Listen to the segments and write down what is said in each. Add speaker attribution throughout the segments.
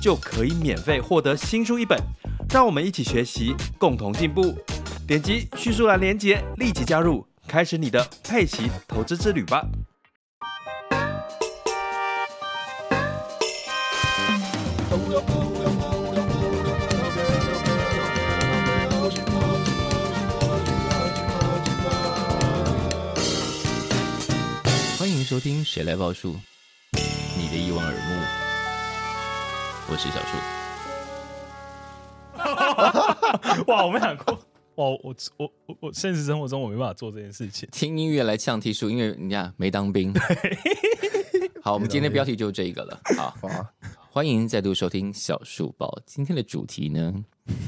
Speaker 1: 就可以免费获得新书一本。让我们一起学习，共同进步。点击叙述栏连接，立即加入，开始你的佩奇投资之旅吧。
Speaker 2: 欢迎收听《谁来报数》，你的一望而目，我是小树。
Speaker 3: 哇，我没想过，哇，哦我我我我现实生活中我没办法做这件事情。
Speaker 2: 听音乐来呛提数，因为你看没当 兵。好，我们今天的标题就这个了。好，欢迎再度收听小树报。今天的主题呢，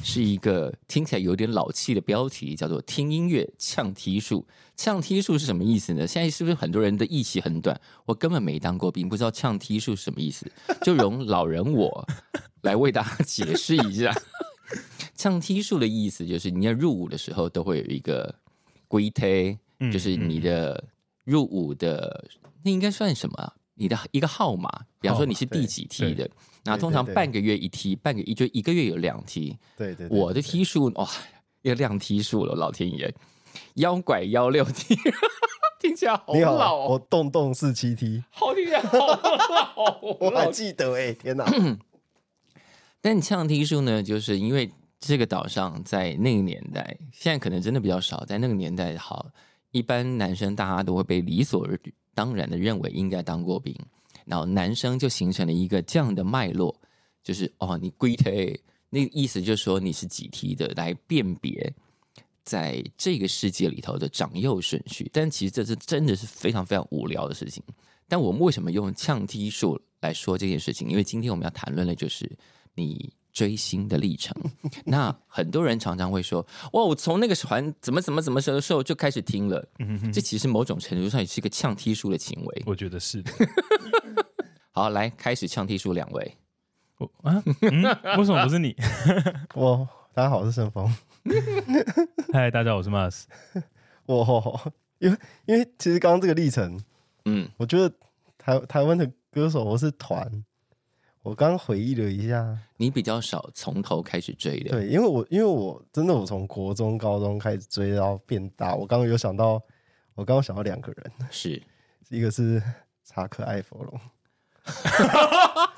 Speaker 2: 是一个听起来有点老气的标题，叫做“听音乐呛提数”。呛提数是什么意思呢？现在是不是很多人的义气很短？我根本没当过兵，不知道呛提数是什么意思，就容老人我 来为大家解释一下。呛梯数的意思就是，你要入伍的时候都会有一个规推，
Speaker 3: 嗯
Speaker 2: 就是你的入伍的那应该算什么啊、你的一个号码，比方说你是第几梯的，那通常
Speaker 4: 对对
Speaker 2: 半个月一梯，半个一就一个月有两梯。
Speaker 4: 对对，对
Speaker 2: 我的梯数哇，要亮梯数了，老天爷，腰拐幺六梯， 听起来好
Speaker 4: 你好，
Speaker 2: 老
Speaker 4: 我
Speaker 2: 哦，
Speaker 4: 洞洞四七 T，
Speaker 2: 好听起来好老哦，
Speaker 4: 我还记得哎、天哪！
Speaker 2: 但呛梯数呢，就是因为这个岛上在那个年代，现在可能真的比较少，在那个年代好，一般男生大家都会被理所当然的认为应该当过兵，然后男生就形成了一个这样的脉络，就是哦，你龟推，那个意思就是说你是几梯的，来辨别在这个世界里头的长幼顺序。但其实这是真的是非常非常无聊的事情。但我们为什么用呛梯术来说这件事情？因为今天我们要谈论的就是你追星的历程。那很多人常常会说：“哇，我从那个团怎么怎么怎么时候时候就开始听了。”这其实某种程度上也是一个呛梯术的行为。
Speaker 3: 我觉得是的。
Speaker 2: 好，来开始呛梯术，两位。
Speaker 3: 我啊、嗯，为什么不是你？
Speaker 4: 我大家好，我是盛峰。
Speaker 3: 嗨，大家好，我是 Mars。
Speaker 4: 我因为因为其实刚刚这个历程，
Speaker 2: 嗯，
Speaker 4: 我觉得台台湾的歌手我是团，我刚回忆了一下，
Speaker 2: 你比较少从头开始追的。
Speaker 4: 对，因为我因为我真的我从国中、高中开始追到变大，我刚刚有想到，我刚刚想到两个人，
Speaker 2: 是
Speaker 4: 一个是查克·艾弗 隆。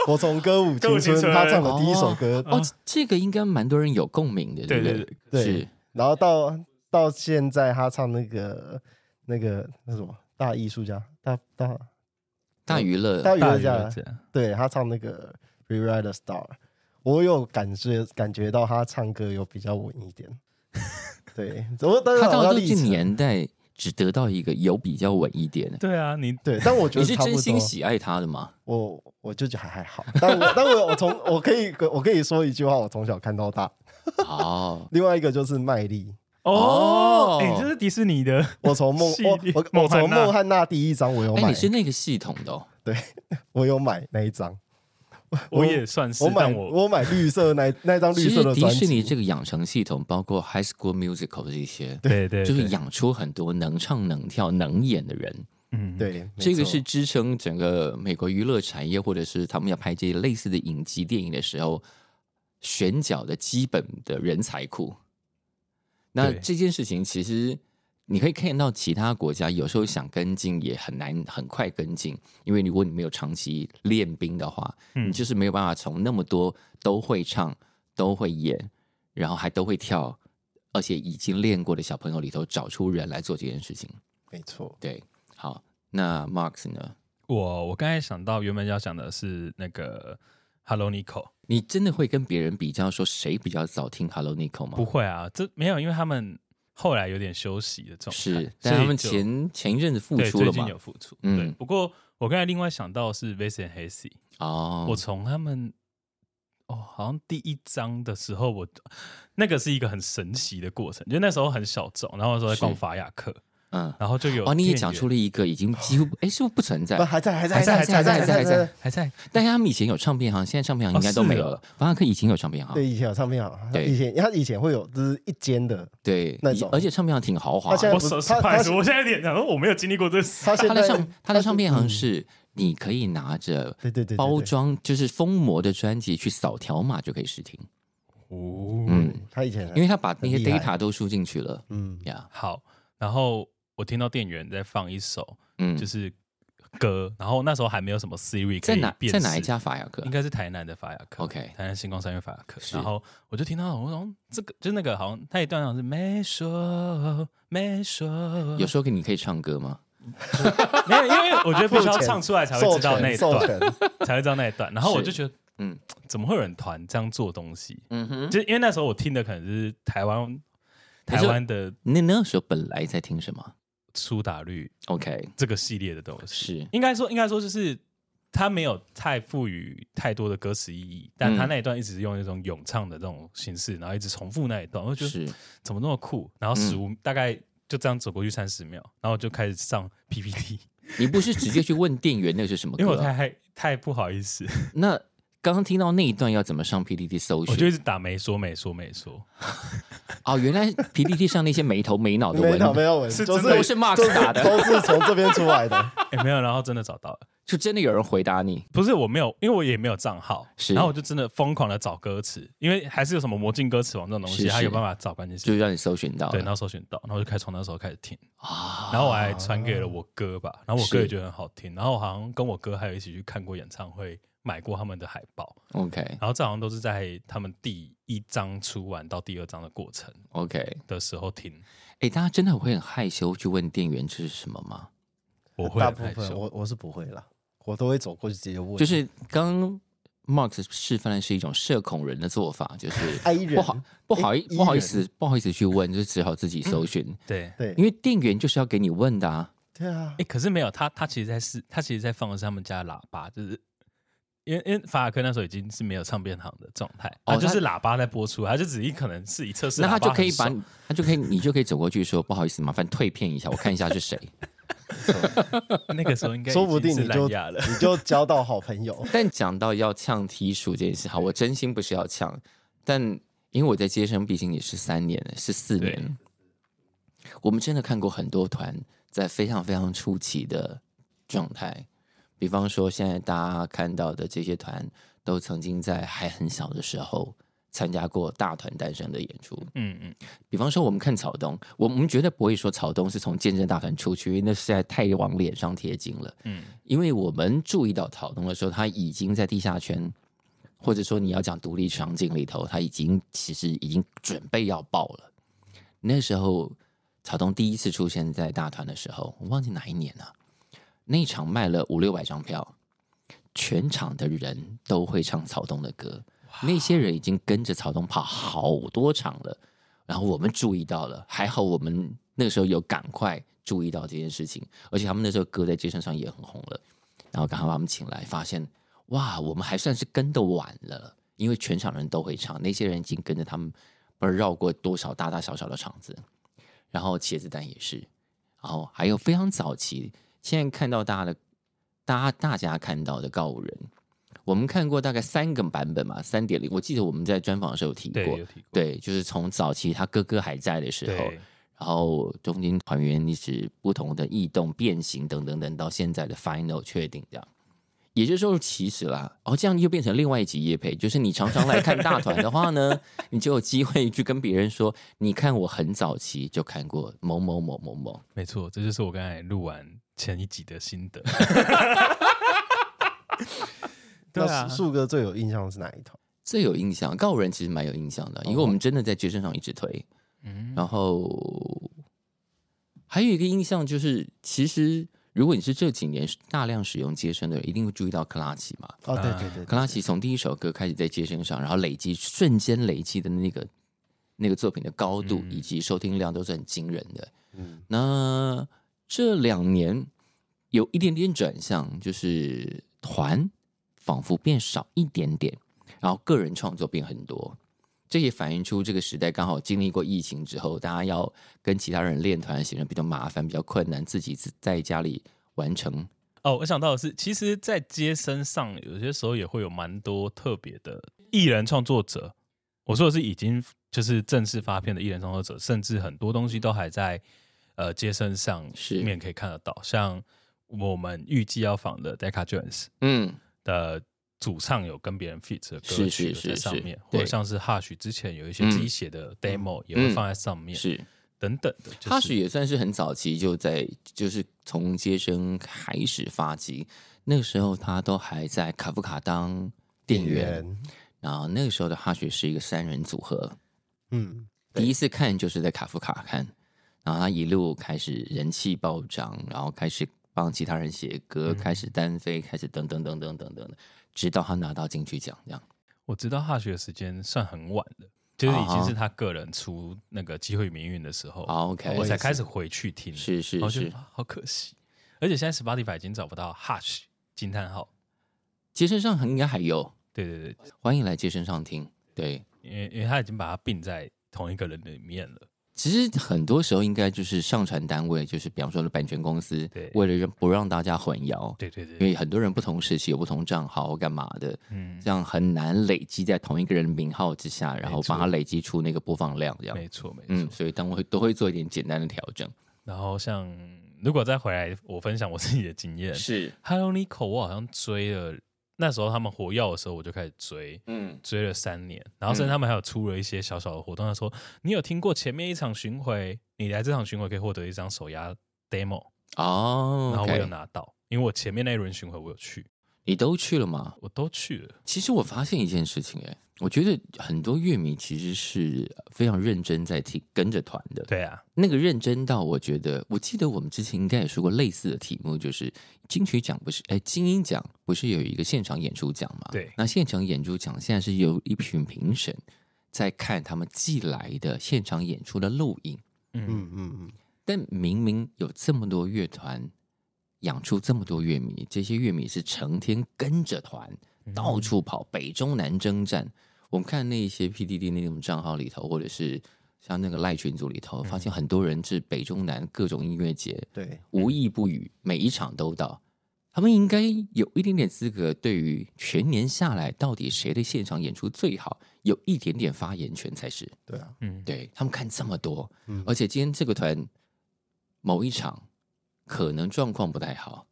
Speaker 4: 我从歌舞
Speaker 3: 歌舞
Speaker 4: 青
Speaker 3: 青
Speaker 4: 春，
Speaker 3: 春
Speaker 4: 他唱的第一首歌，
Speaker 2: 哦，这个应该蛮多人有共鸣的，对不
Speaker 3: 对
Speaker 2: 对
Speaker 3: 对？
Speaker 4: 啊对
Speaker 2: 是，
Speaker 4: 然后到到现在，他唱那个那个那什么大艺术家，大大
Speaker 2: 呃大娱乐，
Speaker 4: 大娱乐
Speaker 3: 娱
Speaker 4: 家
Speaker 3: 乐，家
Speaker 4: 对他唱那个《Rewrite the Star》，我有感觉感觉到他唱歌有比较稳一 点。对，我但是
Speaker 2: 他
Speaker 4: 好
Speaker 2: 到
Speaker 4: 像
Speaker 2: 这
Speaker 4: 历
Speaker 2: 个
Speaker 4: 史
Speaker 2: 年代只得到一个有比较稳一点的。
Speaker 3: 对啊，你
Speaker 4: 对，但我觉
Speaker 2: 你
Speaker 4: 得
Speaker 2: 是
Speaker 4: 差不
Speaker 2: 真心
Speaker 4: 多。
Speaker 2: 喜爱他的 吗？
Speaker 4: 我我就觉得还还好，但我但我我从我可以我可以说一句话，我从小看到大。
Speaker 2: 哦，
Speaker 4: 另外一个就是麦莉，
Speaker 3: 哦
Speaker 2: 哦，
Speaker 3: 哎、这是迪士尼的，
Speaker 4: 我 从梦
Speaker 3: 系
Speaker 4: 我
Speaker 3: 列
Speaker 4: 我我从
Speaker 3: 孟汉娜
Speaker 4: 孟汉娜第一张我有
Speaker 2: 哎，
Speaker 4: 买
Speaker 2: 你，是那个系统的哦，
Speaker 4: 我有买那一张。
Speaker 3: 我也算是，
Speaker 4: 我买
Speaker 3: 但我
Speaker 4: 我买绿色那那张绿
Speaker 2: 其
Speaker 4: 色
Speaker 2: 实
Speaker 4: 的
Speaker 2: 迪
Speaker 4: 专
Speaker 2: 士尼
Speaker 4: 辑，
Speaker 2: 这个养成系统，包括 High School Musical 这些，
Speaker 3: 对对
Speaker 2: 就是
Speaker 3: 对
Speaker 2: 养出很多能唱、能跳、能演的人。
Speaker 3: 嗯，
Speaker 4: 对，没
Speaker 2: 这个
Speaker 4: 错
Speaker 2: 是支撑整个美国娱乐产业，或者是他们要拍这些类似的影集、电影的时候，选角的基本的人才库。那
Speaker 3: 对
Speaker 2: 这件事情其实你可以看到，其他国家有时候想跟进也很难很快跟进，因为如果你没有长期练兵的话，
Speaker 3: 嗯
Speaker 2: 你就是没有办法从那么多都会唱、都会演，然后还都会跳，而且已经练过的小朋友里头找出人来做这件事情。
Speaker 4: 没错，
Speaker 2: 对，好，那 Mark 呢？
Speaker 3: 我我刚才想到原本要讲的是那个 Hello Nico，
Speaker 2: 你真的会跟别人比较说谁比较早听 Hello Nico 吗？
Speaker 3: 不会啊，这没有，因为他们后来有点休息的状态，
Speaker 2: 是，
Speaker 3: 所以
Speaker 2: 但他们
Speaker 3: 就
Speaker 2: 前前一阵子复
Speaker 3: 对
Speaker 2: 出
Speaker 3: 最
Speaker 2: 了
Speaker 3: 近
Speaker 2: 嘛？
Speaker 3: 有付出，
Speaker 2: 嗯
Speaker 3: 对。
Speaker 2: 嗯
Speaker 3: 不过我刚才另外想到是 Vincent Hessy，、
Speaker 2: 哦，
Speaker 3: 我从他们哦，好像第一章的时候我，那个是一个很神奇的过程，就那时候很小众，然后那时候在逛
Speaker 2: 是
Speaker 3: 法雅克，
Speaker 2: 嗯，
Speaker 3: 然后就有
Speaker 2: 哦，你也
Speaker 3: 店
Speaker 2: 讲
Speaker 3: 员
Speaker 2: 出了一个已经几 乎哎，是不是不存在
Speaker 4: 不？还在还在
Speaker 2: 还在还在还在还
Speaker 4: 在，
Speaker 3: 还在哦
Speaker 2: 但是他们以前有唱片行，现在唱片行应该都没有了。法拉克以前有唱片行，
Speaker 4: 对，以前有唱片行，
Speaker 2: 对
Speaker 4: 以前他以前会有就是一间的，
Speaker 2: 对，
Speaker 4: 那种
Speaker 2: 而且唱片行挺豪华
Speaker 4: 他现
Speaker 2: 的。
Speaker 4: 在
Speaker 3: 我
Speaker 4: 不
Speaker 3: 手
Speaker 4: 他
Speaker 3: 不好意思，
Speaker 4: 他
Speaker 3: 我现在有点想说我没有经历过这事，
Speaker 4: 他现
Speaker 2: 他
Speaker 4: 在
Speaker 2: 的唱他的唱片行
Speaker 4: 嗯
Speaker 2: 是你可以拿着
Speaker 4: 对对对对对
Speaker 2: 包装，就是封膜的专辑去扫条码就可以试听。
Speaker 3: 哦，
Speaker 2: 嗯，
Speaker 4: 他以前
Speaker 2: 因为他把那些
Speaker 4: 很厉害
Speaker 2: data 都输进去了
Speaker 4: 嗯
Speaker 2: 呀。
Speaker 3: 好，然后我听到店员在放一首
Speaker 2: 嗯，
Speaker 3: 就是歌，然后那时候还没有什么 Siri 可
Speaker 2: 在
Speaker 3: 以
Speaker 2: 哪
Speaker 3: 辨
Speaker 2: 在哪
Speaker 3: 识
Speaker 2: 一？家法雅克
Speaker 3: 应？该是台南的法雅克
Speaker 2: OK
Speaker 3: 台南星光三月法雅克。
Speaker 2: 是
Speaker 3: 然后我就听到，我说嗯这个就是那个好像那一段好像是没说没说，
Speaker 2: 有时候你可以唱歌吗？
Speaker 3: 没有，因为我觉得必须要
Speaker 4: 授权
Speaker 3: 唱出来才会
Speaker 4: 授
Speaker 3: 知道那一
Speaker 4: 权授
Speaker 3: 段，
Speaker 4: 权，
Speaker 3: 才会知道那一段。然后我
Speaker 2: 是
Speaker 3: 就觉得，
Speaker 2: 嗯
Speaker 3: 嗯，怎么会有人团这样做东西？
Speaker 2: 嗯哼，
Speaker 3: 就因为那时候我听的可能是台湾
Speaker 2: 可
Speaker 3: 台
Speaker 2: 是
Speaker 3: 湾的
Speaker 2: 那那时候本来在听什么
Speaker 3: 苏打绿
Speaker 2: ？OK，
Speaker 3: 这个系列的东西，
Speaker 2: 是
Speaker 3: 应该说应该说就是它没有太赋予太多的歌词意义，但它那一段一直是用那种咏唱的这种形式，然后一直重复那一段，我就觉得
Speaker 2: 是，
Speaker 3: 怎么那么酷，然后十五、大概就这样走过去三十秒，然后我就开始上 PPT，
Speaker 2: 你不是直接去问店员那是什么
Speaker 3: 因为我
Speaker 2: 歌
Speaker 3: 太
Speaker 2: 啊？
Speaker 3: 害太不好意思，
Speaker 2: 那刚刚听到那一段要怎么上 PPT 搜
Speaker 3: 我就一
Speaker 2: 寻？
Speaker 3: 直打没说没说没说，
Speaker 2: 哦，原来 PPT 上那些没头没脑的
Speaker 4: 没有没
Speaker 2: 文
Speaker 4: 有文，
Speaker 3: 是
Speaker 4: 就
Speaker 3: 真的
Speaker 2: 都
Speaker 4: 是
Speaker 2: 是 Mark
Speaker 4: 都是
Speaker 2: 打的，
Speaker 4: 都是从这边出来的，
Speaker 3: 哎、没有，然后真的找到了。
Speaker 2: 就真的有人回答你。
Speaker 3: 不是我没有，因为我也没有账号，
Speaker 2: 是
Speaker 3: 然后我就真的疯狂的找歌词，因为还是有什么魔镜歌词网这种东
Speaker 2: 是
Speaker 3: 西，
Speaker 2: 是
Speaker 3: 它有办法找关键
Speaker 2: 就
Speaker 3: 词。
Speaker 2: 让你搜寻到
Speaker 3: 对，然
Speaker 2: 了
Speaker 3: 后搜寻到，然后就开始从那时候开始听，
Speaker 2: 啊
Speaker 3: 然后我还传给了我哥吧，然后我
Speaker 2: 是
Speaker 3: 哥也觉得很好听，然后我好像跟我哥还有一起去看过演唱会，买过他们的海报，
Speaker 2: OK
Speaker 3: 然后这好像都是在他们第一章出完到第二章的过程
Speaker 2: OK，
Speaker 3: 的时候听，
Speaker 2: 哎，大家真的会很害羞去问店员这是什么吗？
Speaker 3: 我会
Speaker 4: 大
Speaker 3: 很
Speaker 4: 部
Speaker 3: 害
Speaker 4: 分
Speaker 3: 羞。
Speaker 4: 我我是不会啦，我都会走过去直接问，
Speaker 2: 就是刚刚 Mark 示范的是一种社恐人的做法，就是
Speaker 4: 哀人
Speaker 2: 不好不好意
Speaker 4: 哎
Speaker 2: 不好意
Speaker 4: 人
Speaker 2: 思不好意思去问，就只好自己搜寻，
Speaker 3: 对，
Speaker 4: 对
Speaker 2: 因为店员就是要给你问的啊。
Speaker 4: 对啊
Speaker 3: 哎，，可是没有他，他其实在是，他其实在放的是他们家的喇叭，就是因为因为法尔克那时候已经是没有唱片行的状态，
Speaker 2: 哦
Speaker 3: 哦，就
Speaker 2: 他
Speaker 3: 是喇叭在播出，他就只一可能是以测
Speaker 4: 啊
Speaker 3: 试喇
Speaker 2: 那
Speaker 3: 叭
Speaker 2: 他
Speaker 3: 很
Speaker 2: 就
Speaker 3: 爽，
Speaker 2: 可以把你，他就可以，你就可以走过去说：“不好意思，麻烦退片一下，我看一下是谁。
Speaker 3: 那个时候应 该
Speaker 4: 说不
Speaker 3: 已经
Speaker 4: 定
Speaker 3: 是
Speaker 4: 你就
Speaker 3: 蓝牙了，
Speaker 4: 你就交到好朋友”，
Speaker 2: 但讲到要呛踢数这件事，好，我真心不是要呛，但因为我在街上毕竟也是三年了，是四年，我们真的看过很多团在非常非常出奇的状态，比方说现在大家看到的这些团，都曾经在还很小的时候参加过大团诞生的演出，
Speaker 3: 嗯嗯，
Speaker 2: 比方说，我们看草东，我我们绝对不会说草东是从健身大团出去，因为那实在太往脸上贴金了。嗯
Speaker 3: 嗯，
Speaker 2: 因为我们注意到草东的时候，他已经在地下圈，或者说你要讲独立场景里头，他已经其实已经准备要爆了。那时候，草东第一次出现在大团的时候，我忘记哪一年了、那一场卖了五六百张票，全场的人都会唱草东的歌，那些人已经跟着草东跑好多场了。然后我们注意到了，还好我们那个时候有赶快注意到这件事情，而且他们那时候歌在街上上也很红了，然后赶快把他们请来，发现哇，我们还算是跟得晚了，因为全场人都会唱，那些人已经跟着他们不知道绕过多少大大小小的场子，然后茄子蛋也是，然后还有非常早期，现在看到大家的，大家大家看到的告五人。我们看过大概三个版本嘛，三点零，我记得我们在专访的时候有提
Speaker 3: 对，
Speaker 2: 过
Speaker 3: 有，提过，
Speaker 2: 对，就是从早期他哥哥还在的时候，
Speaker 3: 对，
Speaker 2: 然后中间团员一直不同的异动、变形等等等，到现在的 final 确定这样。也就是说，其实啦，哦，这样又变成另外一集夜配，就是你常常来看大团的话呢， 你就有机会去跟别人说，你看我很早期就看过某某某某某，
Speaker 3: 没错，这就是我刚才录完前一集的心 得。 对
Speaker 4: 那
Speaker 3: 啊，
Speaker 4: 树树哥最有印象是哪一团？
Speaker 2: 最有印象。告五人其实蛮有印象的，因为
Speaker 3: 哦
Speaker 2: 我们真的在街身上一直推，
Speaker 3: 嗯，
Speaker 2: 然后还有一个印象就是，其实如果你是这几年大量使用接生的人，一定会注意到克拉奇嘛。
Speaker 4: 哦，对对对，
Speaker 2: 克呃拉奇从第一首歌开始在接生上，然后累积瞬间累积的那个那个作品的高度、以及收听量都是很惊人的。
Speaker 4: 嗯
Speaker 2: 那这两年有一点点转向，就是团仿佛变少一点点，然后个人创作变很多。这也反映出这个时代刚好经历过疫情之后，大家要跟其他人练团显得比较麻烦、比较困难，自己自在家里完成。
Speaker 3: 哦，我想到的是，其实，在街身上有些时候也会有蛮多特别的艺人创作者。我说的是已经就是正式发片的艺人创作者，甚至很多东西都还在呃街身上
Speaker 2: 是
Speaker 3: 面可以看得到。像我们预计要访的 Decca Jones
Speaker 2: 嗯，
Speaker 3: 的主唱有跟别人 feat 的歌
Speaker 2: 是
Speaker 3: 曲有
Speaker 2: 是
Speaker 3: 在
Speaker 2: 是
Speaker 3: 上
Speaker 2: 是
Speaker 3: 面，或
Speaker 2: 对
Speaker 3: 者像是 Hush 之前有一些自己
Speaker 2: 嗯
Speaker 3: 写的 demo 也会放在上面，
Speaker 2: 是。
Speaker 3: 等等的。就是
Speaker 2: 哈许也算是很早期就在，就是从接生开始发迹，那个时候他都还在卡夫卡当店员，
Speaker 4: 员，
Speaker 2: 然后那个时候的哈许是一个三人组合，
Speaker 4: 嗯，
Speaker 2: 第一次看就是在卡夫卡看，然后他一路开始人气暴涨，然后开始帮其他人写
Speaker 3: 嗯
Speaker 2: 歌，开始单飞，开始等等等等等等的，直到他拿到金曲奖这样。
Speaker 3: 我知道哈学的时间算很晚的，就是已经是他个人出那个《机会与命运》的时候、
Speaker 2: 啊，OK
Speaker 3: 我才开始回去听，
Speaker 2: 是是，
Speaker 3: 然后就是啊好可惜。而且现在 Spotify 已经找不到 Hush 惊叹号，
Speaker 2: 杰身上应该还有，
Speaker 3: 对对对，
Speaker 2: 欢迎来杰身上听，对。
Speaker 3: 因为因为他已经把它并在同一个人里面了。
Speaker 2: 其实很多时候应该就是上传单位，就是比方说版权公司
Speaker 3: 对，
Speaker 2: 为了让不让大家混淆，
Speaker 3: 对对对，
Speaker 2: 因为很多人不同时期有不同账号或干嘛的，
Speaker 3: 嗯
Speaker 2: 这，样很难累积在同一个人名号之下，然后
Speaker 3: 没错
Speaker 2: 帮他累积出那个播放量，这样。
Speaker 3: 没错没错。
Speaker 2: 嗯，所以单位都会做一点简单的调整。
Speaker 3: 然后像如果再回来，我分享我自己的经验。
Speaker 2: 是，
Speaker 3: Hello Nico，我好像追了，那时候他们活跃的时候我就开始追，
Speaker 2: 嗯，
Speaker 3: 追了三年，然后甚至他们还有出了一些小小的活动。他说：“你有听过前面一场巡回？你来这场巡回可以获得一张手压 demo。”
Speaker 2: 哦
Speaker 3: 然后我有
Speaker 2: ，OK，
Speaker 3: 拿到，因为我前面那一轮巡回我有去，
Speaker 2: 你都去了吗？
Speaker 3: 我都去了。
Speaker 2: 其实我发现一件事情、哎，我觉得很多乐迷其实是非常认真在听跟着团的，
Speaker 3: 对啊，
Speaker 2: 那个认真到，我觉得，我记得我们之前应该也说过类似的题目，就是金曲奖不是，哎，金鹰奖不是有一个现场演出奖嘛？
Speaker 3: 对
Speaker 2: 那现场演出奖现在是由一群评审在看他们寄来的现场演出的录影，
Speaker 3: 嗯，
Speaker 4: 嗯嗯嗯，
Speaker 2: 但明明有这么多乐团养出这么多乐迷，这些乐迷是成天跟着团到处跑，北中南征战。我们看那些 PDD 那种账号里头，或者是像那个赖群组里头，发现很多人是北中南各种音乐节
Speaker 4: 对，
Speaker 2: 无一不语，每一场都到。他们应该有一点点资格，对于全年下来到底谁的现场演出最好，有一点点发言权才是。
Speaker 4: 对啊，
Speaker 3: 嗯，
Speaker 2: 对他们看这么多，
Speaker 4: 嗯
Speaker 2: 而且今天这个团某一场可能状况不太好，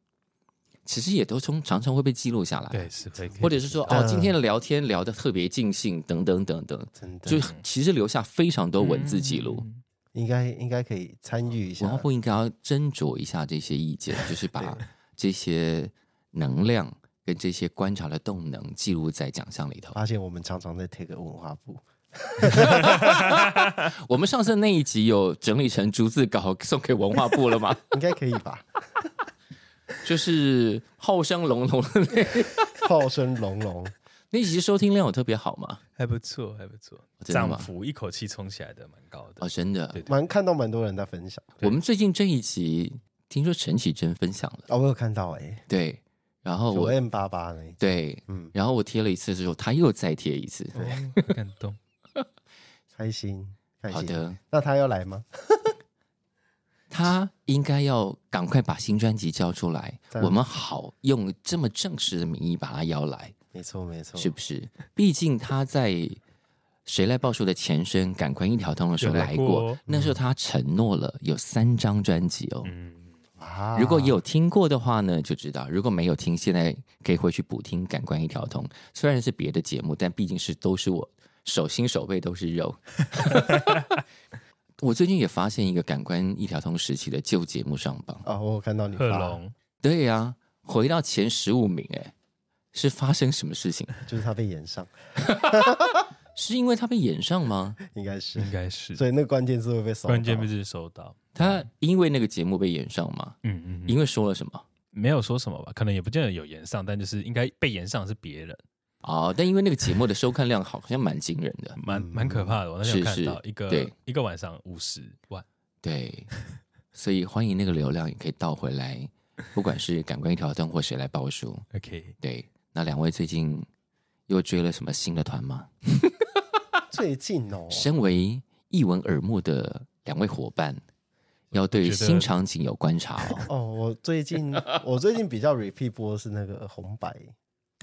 Speaker 2: 其实也都从常常会被记录下来，
Speaker 3: 对，是会可以，
Speaker 2: 或者是说
Speaker 4: 嗯
Speaker 2: 哦，今天的聊天聊得特别尽兴，等等等等，
Speaker 4: 真的，
Speaker 2: 就其实留下非常多文字记录。
Speaker 3: 嗯啊
Speaker 4: 应该应该可以参与一
Speaker 2: 文
Speaker 4: 下
Speaker 2: 化，部应该要斟酌一下这些意见，就是把这些能量跟这些观察的动能记录在奖项 里头。
Speaker 4: 发现我们常常在 take 文化部，
Speaker 2: 我们上次那一集有整理成逐字稿送给文化部了吗？
Speaker 4: 应该可以吧？
Speaker 2: 就是后生隆隆的那
Speaker 4: 炮声隆 隆，
Speaker 2: 那集收听量有特别好吗？
Speaker 3: 还不错，还不错，
Speaker 2: 真的吗
Speaker 3: 涨幅一口气冲起来的蛮高的
Speaker 2: 哦，。真的
Speaker 3: 对，
Speaker 4: 蛮看到蛮多人在分享
Speaker 2: 我们最近这一集听说陈绮贞分享了，
Speaker 4: 哦，我有看到哎，
Speaker 2: 对，然后
Speaker 4: 九
Speaker 2: 哦我
Speaker 4: M 八八那一集，
Speaker 2: 对，
Speaker 4: 嗯，
Speaker 2: 然后我贴了一次之后，他又再贴一次，
Speaker 3: 哦感动，
Speaker 4: 开心开
Speaker 2: 好
Speaker 4: 心。
Speaker 2: 的，
Speaker 4: 那他要来吗？
Speaker 2: 他应该要赶快把新专辑交出来，
Speaker 4: 赞
Speaker 2: 我们好用这么正式的名义把他邀来，
Speaker 4: 没错没错，
Speaker 2: 是不是？毕竟他在《谁来报数》的前身《赶快一条通》的时候
Speaker 3: 有来
Speaker 2: 来
Speaker 3: 过
Speaker 2: 过嗯
Speaker 3: 哦，
Speaker 2: 那时候他承诺了有三张专辑哦，
Speaker 3: 嗯，
Speaker 4: 啊
Speaker 2: 如果有听过的话呢，就知道；如果没有听，现在可以回去补听《感官一条通》。虽然是别的节目，但毕竟是都是我手心手背都是肉。 我最近也发现一个《感官一条通》时期的旧节目上榜，
Speaker 4: 哦，我有看到你
Speaker 3: 嗯贺
Speaker 4: 发，
Speaker 3: 龙，
Speaker 2: 对呀、回到前十五名，哎，是发生什么事情？
Speaker 4: 就是他被演上，
Speaker 2: 是因为他被演上吗？
Speaker 4: 应该是，
Speaker 3: 应该是
Speaker 4: 所以那个关键字会被扫到，
Speaker 3: 关键不是收到，
Speaker 2: 他因为那个节目被演上吗？
Speaker 3: 嗯嗯，
Speaker 2: 因为说了什么？
Speaker 3: 没有说什么吧，可能也不见得有延上，但就是应该被延上的是别人，
Speaker 2: 哦，但因为那个节目的收看量好像蛮惊人的，
Speaker 3: 蛮蛮可怕的。我那天
Speaker 2: 嗯是
Speaker 3: 有看
Speaker 2: 是
Speaker 3: 到一个
Speaker 2: 对
Speaker 3: 一个晚上五十万，
Speaker 2: 对，所以欢迎那个流量也可以倒回来，不管是感官一条灯或谁来报数。
Speaker 3: OK，
Speaker 2: 对，那两位最近有追了什么新的团吗？
Speaker 4: 最近哦，
Speaker 2: 身为一闻耳目的两位伙伴，要对
Speaker 3: 觉得
Speaker 2: 新场景有观察 哦。
Speaker 4: 哦，我最近我最近比较 repeat 播是那个红白。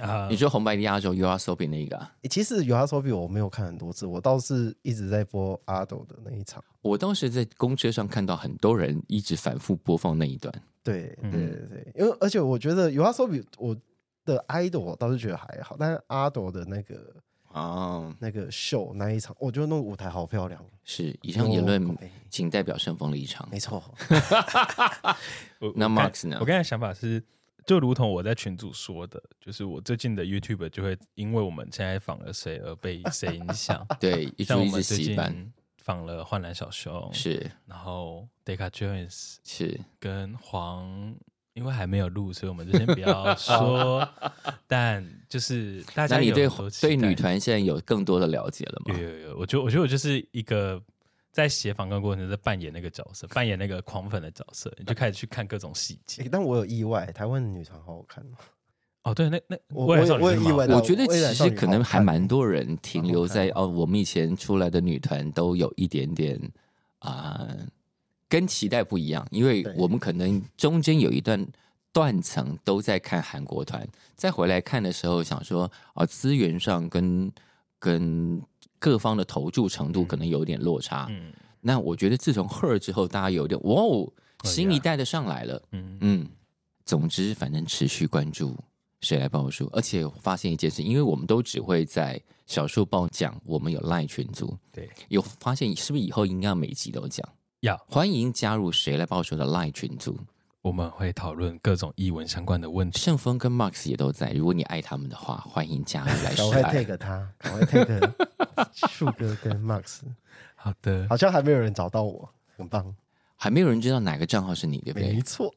Speaker 3: 啊
Speaker 2: 你，说红白压轴 U R s o b i 那一个、啊，
Speaker 4: 诶其实有他手比我没有看很多次，我倒是一直在播阿斗的那一场。
Speaker 2: 我当时在公车上看到很多人一直反复播放那一段，
Speaker 4: 对对
Speaker 3: 嗯
Speaker 4: 对对，因为而且我觉得有他手比我的 idol 我倒是觉得还好，但是阿斗的那个
Speaker 2: 哦，
Speaker 4: 那个秀那一场，我觉得那个舞台好漂亮。
Speaker 2: 是以上言
Speaker 4: 哦
Speaker 2: 论
Speaker 4: ，OK
Speaker 2: 仅代表盛风立场。
Speaker 3: 哎
Speaker 4: 没错，
Speaker 3: 我
Speaker 2: 那
Speaker 3: 我刚
Speaker 2: Max 呢
Speaker 3: 我刚才想法是，就如同我在群组说的，就是我最近的 YouTube 就会因为我们现在访了谁而 被谁影响，
Speaker 2: 对，一
Speaker 3: 像
Speaker 2: 株
Speaker 3: 我
Speaker 2: 一
Speaker 3: 们
Speaker 2: 直
Speaker 3: 最
Speaker 2: 洗版，
Speaker 3: 近访了幻蓝小熊，
Speaker 2: 是
Speaker 3: 然后 Deca Jones
Speaker 2: 是，
Speaker 3: 跟黄。因为还没有录，所以我们就先不 要说。但就是大
Speaker 2: 那
Speaker 3: 家
Speaker 2: 你
Speaker 3: 有
Speaker 2: 对
Speaker 3: 很多期
Speaker 2: 对
Speaker 3: 待
Speaker 2: 女团现在有更多的了解了
Speaker 3: 有
Speaker 2: 吗？
Speaker 3: 有有，我觉得我觉得我就是一个在写访纲过程中在扮演那个角色，扮演那个狂粉的角色，你就开始去看各种细
Speaker 4: 诶
Speaker 3: 节。
Speaker 4: 但我有意外，台湾的女团好好看哦。
Speaker 3: 哦，对，那那
Speaker 4: 我
Speaker 3: 未来
Speaker 4: 我
Speaker 3: 少
Speaker 4: 也
Speaker 3: 女
Speaker 4: 我
Speaker 3: 是
Speaker 4: 也
Speaker 3: 吗
Speaker 4: 意外
Speaker 2: 我
Speaker 4: 到
Speaker 2: 觉得
Speaker 4: 未
Speaker 2: 其
Speaker 4: 来少
Speaker 2: 实
Speaker 4: 女
Speaker 2: 可
Speaker 4: 好
Speaker 2: 能还
Speaker 4: 看
Speaker 2: 蛮多人停留在
Speaker 4: 好
Speaker 2: 哦，我们以前出来的女团都有一点点啊、跟期待不一样，因为
Speaker 4: 对
Speaker 2: 我们可能中间有一段断层都在看韩国团，再回来看的时候想说哦，资源上跟跟各方的投注程度可能有点落差。
Speaker 3: 嗯
Speaker 2: 那我觉得自从 Her 之后，大家有一点哇哦，
Speaker 3: 哎
Speaker 2: 新一代的上来了。
Speaker 3: 嗯
Speaker 2: 嗯，总之反正持续关注谁来报数，而且我发现一件事，因为我们都只会在小数报讲，我们有赖群组，
Speaker 3: 对，
Speaker 2: 有发现是不是以后应该要每集都讲？
Speaker 3: 要
Speaker 2: 欢迎加入谁来报数的赖群组，
Speaker 3: 我们会讨论各种译文相关的问题。
Speaker 2: 盛峰跟 Max 也都在，如果你爱他们的话，欢迎加入来
Speaker 4: 赶
Speaker 2: 试
Speaker 4: 快
Speaker 2: 爱。
Speaker 4: take 他，赶快 take 树哥跟 Max，
Speaker 3: 好的，
Speaker 4: 好像还没有人找到我，很棒，
Speaker 2: 还没有人知道哪个账号是你，对不
Speaker 4: 没
Speaker 2: 对？
Speaker 4: 错，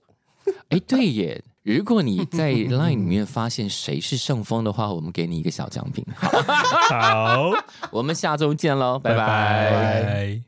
Speaker 2: 哎，对耶！如果你在 LINE 里面发现谁是盛峰的话，我们给你一个小奖品。好，
Speaker 3: 好，
Speaker 2: 我们下周见喽，拜拜
Speaker 4: 拜
Speaker 3: 拜